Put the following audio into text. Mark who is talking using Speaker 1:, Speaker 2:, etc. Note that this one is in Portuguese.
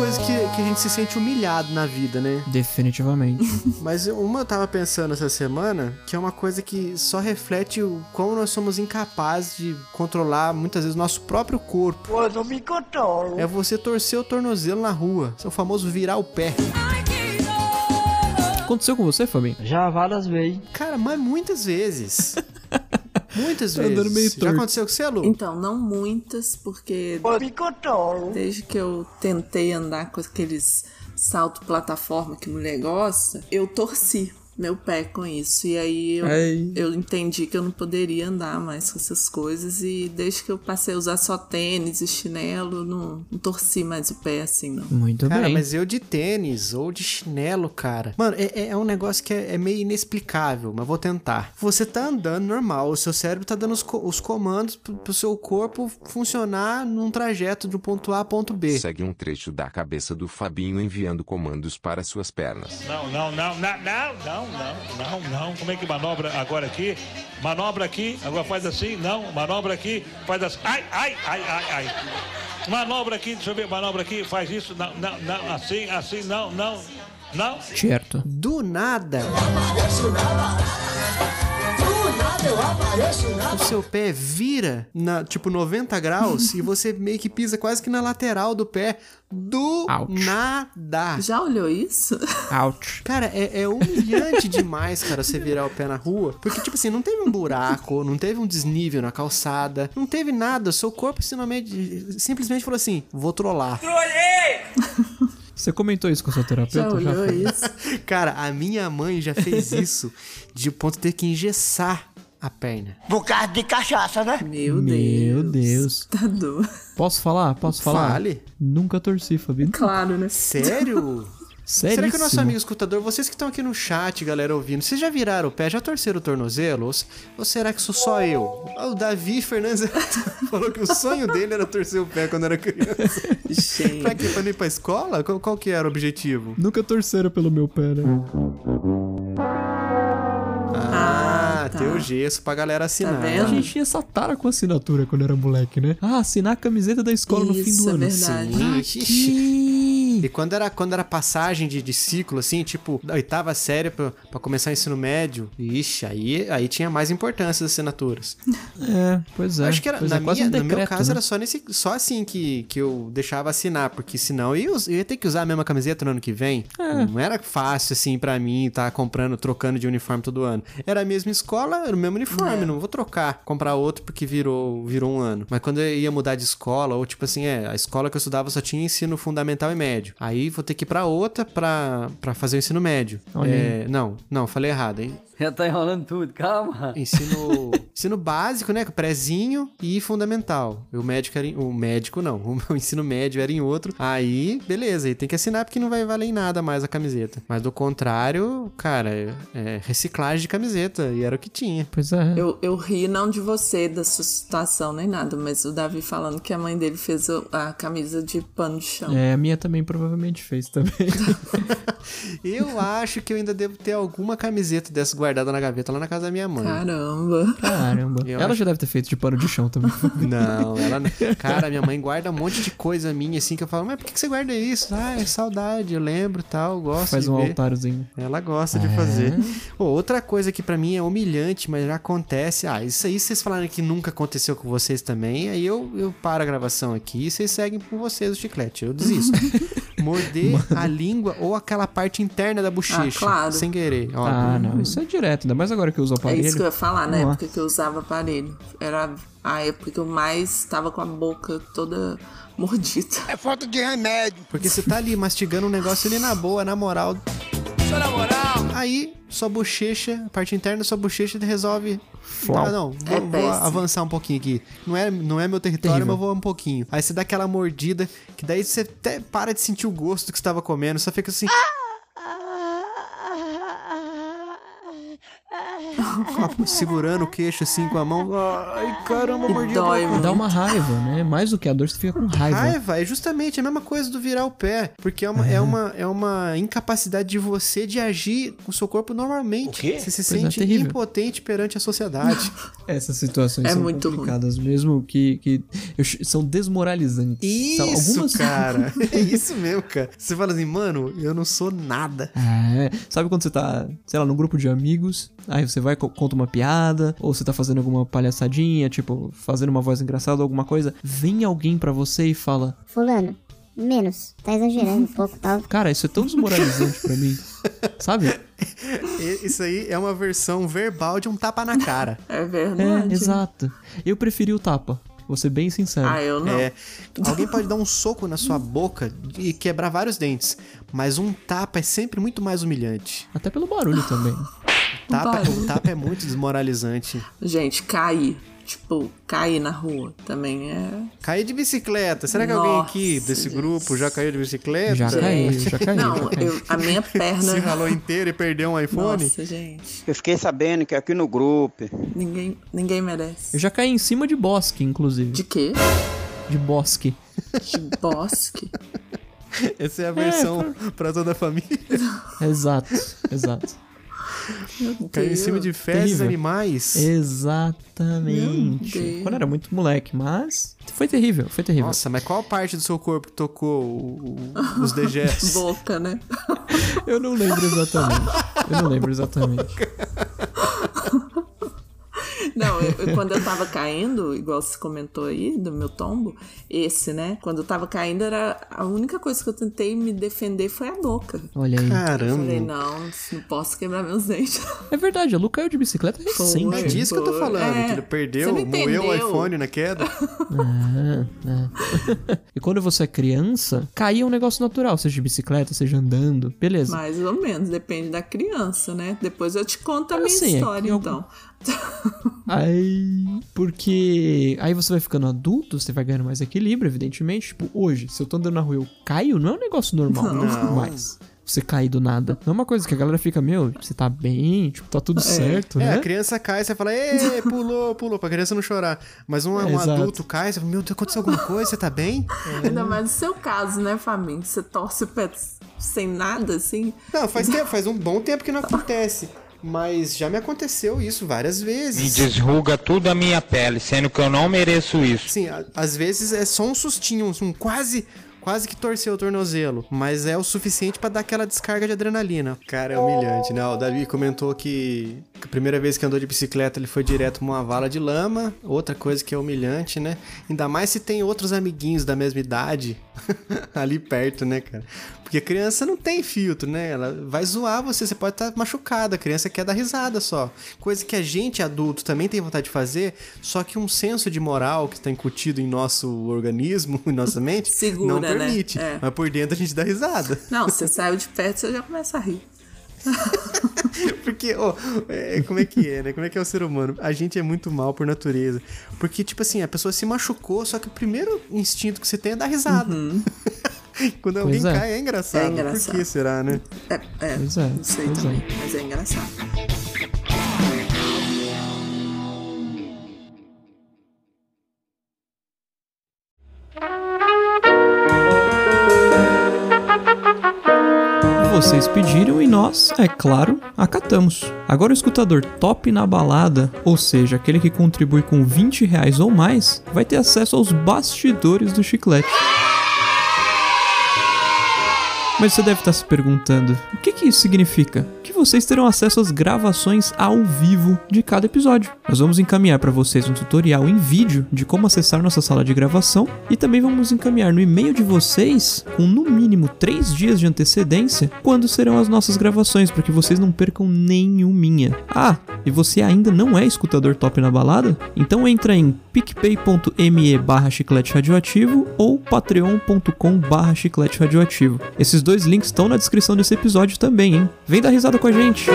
Speaker 1: a gente se sente humilhado na vida, né?
Speaker 2: Definitivamente.
Speaker 1: Mas uma eu tava pensando essa semana que é uma coisa que só reflete o como nós somos incapazes de controlar muitas vezes nosso próprio corpo.
Speaker 3: Eu não me controlo.
Speaker 1: É você torcer o tornozelo na rua, seu famoso virar o pé.
Speaker 2: Aconteceu com você, Fabinho?
Speaker 3: Já várias vezes.
Speaker 1: Cara, mas muitas vezes. Muitas
Speaker 2: Tá
Speaker 1: vezes.
Speaker 2: andando meio
Speaker 1: Já
Speaker 2: torto.
Speaker 1: aconteceu com você,
Speaker 2: Tipo,
Speaker 1: Lu?
Speaker 4: Então, não muitas, porque
Speaker 3: Eu me controlo.
Speaker 4: desde que eu tentei andar com aqueles salto plataforma que mulher gosta, eu torci meu pé com isso. E aí eu,
Speaker 2: Ai.
Speaker 4: eu entendi que eu não poderia andar mais com essas coisas. E desde que eu passei a usar só tênis e chinelo, eu não, não torci mais o pé assim, não.
Speaker 2: Muito
Speaker 1: Cara,
Speaker 2: bem.
Speaker 1: mas eu de tênis ou de chinelo, cara. Mano, é, é- é um negócio que é, é meio inexplicável, mas vou tentar. Você tá andando normal, o seu cérebro tá dando os, co- os comandos pro, pro seu corpo funcionar num trajeto de um ponto A a ponto B.
Speaker 5: Segue um trecho da cabeça do Fabinho enviando comandos para suas pernas.
Speaker 6: Não, não, não, não, não, não, não, não, não. Como é que manobra agora aqui? Manobra aqui, agora faz assim, não, manobra aqui, faz assim. Ai, ai, ai, ai, ai. Manobra aqui, deixa eu ver, manobra aqui, faz isso, não, não, não, assim, assim, não, não, não.
Speaker 2: Certo.
Speaker 1: Do nada. O seu pé vira na, tipo 90 graus e você meio que pisa quase que na lateral do pé. Do
Speaker 2: Ouch.
Speaker 1: nada.
Speaker 4: Já olhou isso?
Speaker 2: Ouch.
Speaker 1: Cara, é, é humilhante demais, cara, você virar o pé na rua. Porque, tipo assim, não teve um buraco, não teve um desnível na calçada, não teve nada. Seu corpo simplesmente, simplesmente falou assim: vou trollar.
Speaker 2: Você comentou isso com o seu
Speaker 4: Já
Speaker 2: terapeuta?
Speaker 4: olhou
Speaker 2: Fabinho?
Speaker 4: isso?
Speaker 1: Cara, a minha mãe já fez isso de ponto de ter que engessar a perna.
Speaker 3: Por causa de cachaça, né?
Speaker 4: Meu Deus.
Speaker 2: Meu Deus.
Speaker 4: Tá doido.
Speaker 2: Posso falar? Posso falar?
Speaker 1: Fale.
Speaker 2: Nunca torci, Fabinho.
Speaker 4: Claro, né?
Speaker 1: Sério?
Speaker 2: Sério?
Speaker 1: Será que o nosso amigo escutador, vocês que estão aqui no chat, galera, ouvindo, vocês já viraram o pé, já torceram o tornozelo? Ou, se- ou será que sou só eu? Ah, O Davi Fernandes falou que o sonho dele era torcer o pé quando era criança.
Speaker 4: Gente.
Speaker 1: Pra quê? Pra não ir pra escola? Qual, qual que era o objetivo?
Speaker 2: Nunca torceram pelo meu pé, né?
Speaker 1: Ah, ter o gesso pra galera assinar.
Speaker 4: Tá
Speaker 2: A
Speaker 4: vendo?
Speaker 2: gente tinha essa tara com assinatura quando era moleque, né? Ah, assinar a camiseta da escola no fim
Speaker 4: Isso,
Speaker 2: do
Speaker 4: é
Speaker 2: ano.
Speaker 4: verdade.
Speaker 1: Ixi. E quando era, quando era passagem de, de ciclo, assim, tipo, da oitava série pra, pra começar o ensino médio, ixi, aí, aí tinha mais importância as assinaturas.
Speaker 2: É, pois é.
Speaker 1: Acho que era,
Speaker 2: Pois
Speaker 1: na
Speaker 2: é, quase
Speaker 1: minha-
Speaker 2: um
Speaker 1: no meu
Speaker 2: decreto,
Speaker 1: caso
Speaker 2: né?
Speaker 1: era só, nesse, só assim que, que eu deixava assinar, porque senão eu, ia- eu ia ter que usar a mesma camiseta no ano que vem.
Speaker 2: É.
Speaker 1: Não era fácil assim pra mim estar comprando, trocando de uniforme todo ano. Era a mesma escola, era o mesmo
Speaker 2: É.
Speaker 1: uniforme, não vou trocar, comprar outro porque virou, virou um ano. Mas quando eu ia mudar de escola, ou tipo assim, é, a escola que eu estudava só tinha ensino fundamental e médio. Aí vou ter que ir pra outra pra, pra fazer o ensino médio.
Speaker 2: Olha
Speaker 1: É, não, não, falei errado, hein?
Speaker 7: Já tá enrolando tudo, calma.
Speaker 1: Ensino, ensino básico, né? Prézinho e fundamental. O médico era em, O médico não. O meu ensino médio era em outro. Aí, beleza. Aí tem que assinar porque não vai valer em nada mais a camiseta. Mas do contrário, cara, é reciclagem de camiseta. E era o que tinha.
Speaker 2: Pois é.
Speaker 4: Eu, eu ri não de você, da sua situação, nem nada, mas o Davi falando que a mãe dele fez o- a camisa de pano de chão.
Speaker 2: É, a minha também provavelmente fez também.
Speaker 1: Eu acho que eu ainda devo ter alguma camiseta dessa guardada na gaveta lá na casa da minha mãe.
Speaker 4: Caramba. É
Speaker 2: Caramba.
Speaker 1: Eu
Speaker 2: Ela
Speaker 1: acho-
Speaker 2: já deve ter feito de pano de chão também.
Speaker 1: Não, ela não. Cara, minha mãe guarda um monte de coisa minha assim que eu falo, mas por que que você guarda isso? Ah, é saudade, eu lembro tal, gosto.
Speaker 2: Faz
Speaker 1: de
Speaker 2: um
Speaker 1: ver.
Speaker 2: altarzinho.
Speaker 1: Ela gosta de fazer. Ô, outra coisa que pra mim é humilhante, mas já acontece. Ah, isso aí vocês falaram que nunca aconteceu com vocês também. Aí eu, eu paro a gravação aqui e vocês seguem com vocês o chiclete. Eu desisto. Morder a língua ou aquela parte interna da bochecha.
Speaker 4: claro.
Speaker 1: Sem querer. Ó,
Speaker 2: Ah, não. Isso é direto. Ainda mais agora que eu uso
Speaker 4: É
Speaker 2: aparelho.
Speaker 4: isso que eu ia falar, na
Speaker 2: Vamos lá.
Speaker 4: época que eu usava aparelho. Era a época que eu mais tava com a boca toda mordida.
Speaker 1: É Porque você tá ali mastigando um negócio ali na boa, na moral. Aí, sua bochecha, a parte interna da sua bochecha resolve.
Speaker 2: Flau.
Speaker 1: Ah, não, vou,
Speaker 4: É
Speaker 1: vou
Speaker 4: péssimo.
Speaker 1: avançar um pouquinho aqui. Não é, não é meu território,
Speaker 2: Terrível.
Speaker 1: mas eu vou um pouquinho. Aí você dá aquela mordida, que daí você até para de sentir o gosto do que você tava comendo, só fica assim. copo, segurando o queixo assim com a mão. Ai, caramba,
Speaker 4: E
Speaker 1: mordi a
Speaker 4: dói,
Speaker 1: boca.
Speaker 4: mano.
Speaker 2: Dá uma raiva, né? Mais do que a dor, você fica com raiva.
Speaker 1: Raiva é justamente a mesma coisa do virar o pé, porque é uma, é uma, é uma incapacidade de você de agir com o seu corpo normalmente.
Speaker 6: O quê?
Speaker 1: Você se
Speaker 2: Pois é,
Speaker 1: sente
Speaker 2: terrível.
Speaker 1: impotente perante a sociedade.
Speaker 2: Essas situações
Speaker 4: É
Speaker 2: são
Speaker 4: muito ruim.
Speaker 2: complicadas mesmo, que, que eu ch- são desmoralizantes. São
Speaker 1: Isso,
Speaker 2: algumas-
Speaker 1: cara. É isso mesmo, cara. Você fala assim, mano, eu não sou nada.
Speaker 2: É, sabe quando você tá, sei lá, num grupo de amigos, aí você vai co- conta uma piada, ou você tá fazendo alguma palhaçadinha, tipo, fazendo uma voz engraçada, alguma coisa, vem alguém pra você e fala:
Speaker 8: Fulano, menos. Tá exagerando um pouco tal.
Speaker 2: "Cara, isso é tão desmoralizante pra mim". Sabe?
Speaker 1: E- Isso aí é uma versão verbal de um tapa na cara.
Speaker 4: É
Speaker 2: É,
Speaker 4: verdade.
Speaker 2: exato. Eu preferi o tapa. Vou ser bem sincero.
Speaker 4: Ah, eu não.
Speaker 1: É, alguém pode dar um soco na sua boca e quebrar vários dentes, mas um tapa é sempre muito mais humilhante.
Speaker 2: Até pelo barulho também.
Speaker 1: Tapa,
Speaker 4: barulho.
Speaker 1: o tapa é muito desmoralizante.
Speaker 4: Gente, cair. Tipo, cair na rua também é.
Speaker 1: Cair de bicicleta. Será que alguém
Speaker 4: Nossa,
Speaker 1: aqui desse
Speaker 4: gente.
Speaker 1: grupo já caiu de bicicleta?
Speaker 2: Já caiu, já caiu.
Speaker 4: Não,
Speaker 2: já caiu.
Speaker 4: eu- a minha perna.
Speaker 1: Se ralou inteiro e perdeu um iPhone?
Speaker 4: Nossa, gente.
Speaker 9: Eu fiquei sabendo que aqui no grupo
Speaker 4: Ninguém, ninguém merece.
Speaker 2: Eu já caí em cima de bosque, inclusive.
Speaker 4: De quê?
Speaker 2: De bosque.
Speaker 4: De bosque?
Speaker 1: Essa é a versão pra toda a família.
Speaker 2: Exato, exato.
Speaker 4: Meu
Speaker 1: Caiu É. em
Speaker 4: Deus.
Speaker 1: cima de fezes
Speaker 2: Terrível.
Speaker 1: animais.
Speaker 2: Exatamente.
Speaker 4: Meu Deus.
Speaker 2: Quando era muito moleque, mas foi terrível, foi terrível.
Speaker 1: Nossa, mas qual parte do seu corpo que tocou o- o- os dejetos?
Speaker 4: Boca, né?
Speaker 2: Eu não lembro exatamente. Eu não lembro exatamente.
Speaker 4: Não, eu- eu- quando eu tava caindo, igual você comentou aí, do meu tombo, esse, né? Quando eu tava caindo, era a única coisa que eu tentei me defender foi a boca.
Speaker 2: Olha aí.
Speaker 4: Eu falei,
Speaker 2: Hum.
Speaker 1: Caramba.
Speaker 4: não, não posso quebrar meus dentes.
Speaker 2: É verdade, a Lu caiu de bicicleta
Speaker 4: Foi.
Speaker 1: É
Speaker 2: recente.
Speaker 1: disso que eu tô falando,
Speaker 4: É,
Speaker 1: que ele
Speaker 4: você
Speaker 1: perdeu,
Speaker 4: não
Speaker 1: moeu o
Speaker 4: entendeu.
Speaker 1: iPhone na queda.
Speaker 2: Ah, ah. E quando você é criança, cair é um negócio natural, seja de bicicleta, seja andando, beleza.
Speaker 4: Mais ou menos, depende da criança, né? Depois eu te conto a
Speaker 2: Ah,
Speaker 4: minha
Speaker 2: sim, é
Speaker 4: história,
Speaker 2: que eu-
Speaker 4: então.
Speaker 2: Aí, porque aí você vai ficando adulto, você vai ganhando mais equilíbrio, evidentemente. Tipo, hoje, se eu tô andando na rua e eu caio, não é um negócio normal
Speaker 1: Não.
Speaker 2: mais. Você cair do nada. Não é uma coisa que a galera fica, meu, você tá bem, tipo, tá tudo certo,
Speaker 1: É,
Speaker 2: né?
Speaker 1: a criança cai, você fala, ê, pulou, pulou, pra criança não chorar. Mas um,
Speaker 2: É,
Speaker 1: um
Speaker 2: exato.
Speaker 1: adulto cai, você fala, meu Deus, aconteceu alguma coisa, você tá bem?
Speaker 2: é.
Speaker 4: Ainda mais no seu caso, né, Faminho? Você torce o pé sem nada, assim.
Speaker 1: Não, faz tempo, faz um bom tempo que não acontece. Mas já me aconteceu isso várias vezes.
Speaker 10: desruga tudo a minha pele, sendo que eu não mereço isso.
Speaker 1: Assim, a- às vezes é só um sustinho, um- um quase. Quase que torceu o tornozelo, mas é o suficiente pra dar aquela descarga de adrenalina. Cara, é humilhante, né? O Davi comentou que a primeira vez que andou de bicicleta ele foi direto pra uma vala de lama. Outra coisa que é humilhante, né? Ainda mais se tem outros amiguinhos da mesma idade ali perto, né, cara? Porque a criança não tem filtro, né? Ela vai zoar você, você pode estar machucada, a criança quer dar risada só. Coisa que a gente adulto também tem vontade de fazer, só que um senso de moral que está incutido em nosso organismo, em nossa mente,
Speaker 4: Segura,
Speaker 1: não
Speaker 4: né?
Speaker 1: permite.
Speaker 4: É.
Speaker 1: Mas por dentro a gente dá risada.
Speaker 4: Não, você saiu de perto, você já começa a rir.
Speaker 1: Porque, ó, é, como é que é, né? Como é que é o ser humano? A gente é muito mal por natureza. Porque, tipo assim, a pessoa se machucou, só que o primeiro instinto que você tem é dar risada. Quando alguém
Speaker 2: é.
Speaker 1: cai, é engraçado.
Speaker 4: Uhum. É engraçado.
Speaker 1: Por que será, né?
Speaker 4: É, é,
Speaker 2: Pois é,
Speaker 4: não sei
Speaker 2: pois é.
Speaker 4: também, mas é engraçado.
Speaker 2: Vocês pediram e nós, é claro, acatamos. Agora o escutador top na balada, ou seja, aquele que contribui com 20 reais ou mais, vai ter acesso aos bastidores do chiclete. Mas você deve estar se perguntando, o que, que isso significa? Que vocês terão acesso às gravações ao vivo de cada episódio. Nós vamos encaminhar para vocês um tutorial em vídeo de como acessar nossa sala de gravação e também vamos encaminhar no e-mail de vocês, com no mínimo 3 dias de antecedência, quando serão as nossas gravações, para que vocês não percam nenhuminha. Ah, e você ainda não é escutador top na balada? Então entra em picpay.me barra chiclete radioativo ou patreon.com barra chiclete radioativo. Esses dois links estão na descrição desse episódio também, hein? Vem dar risada com a gente!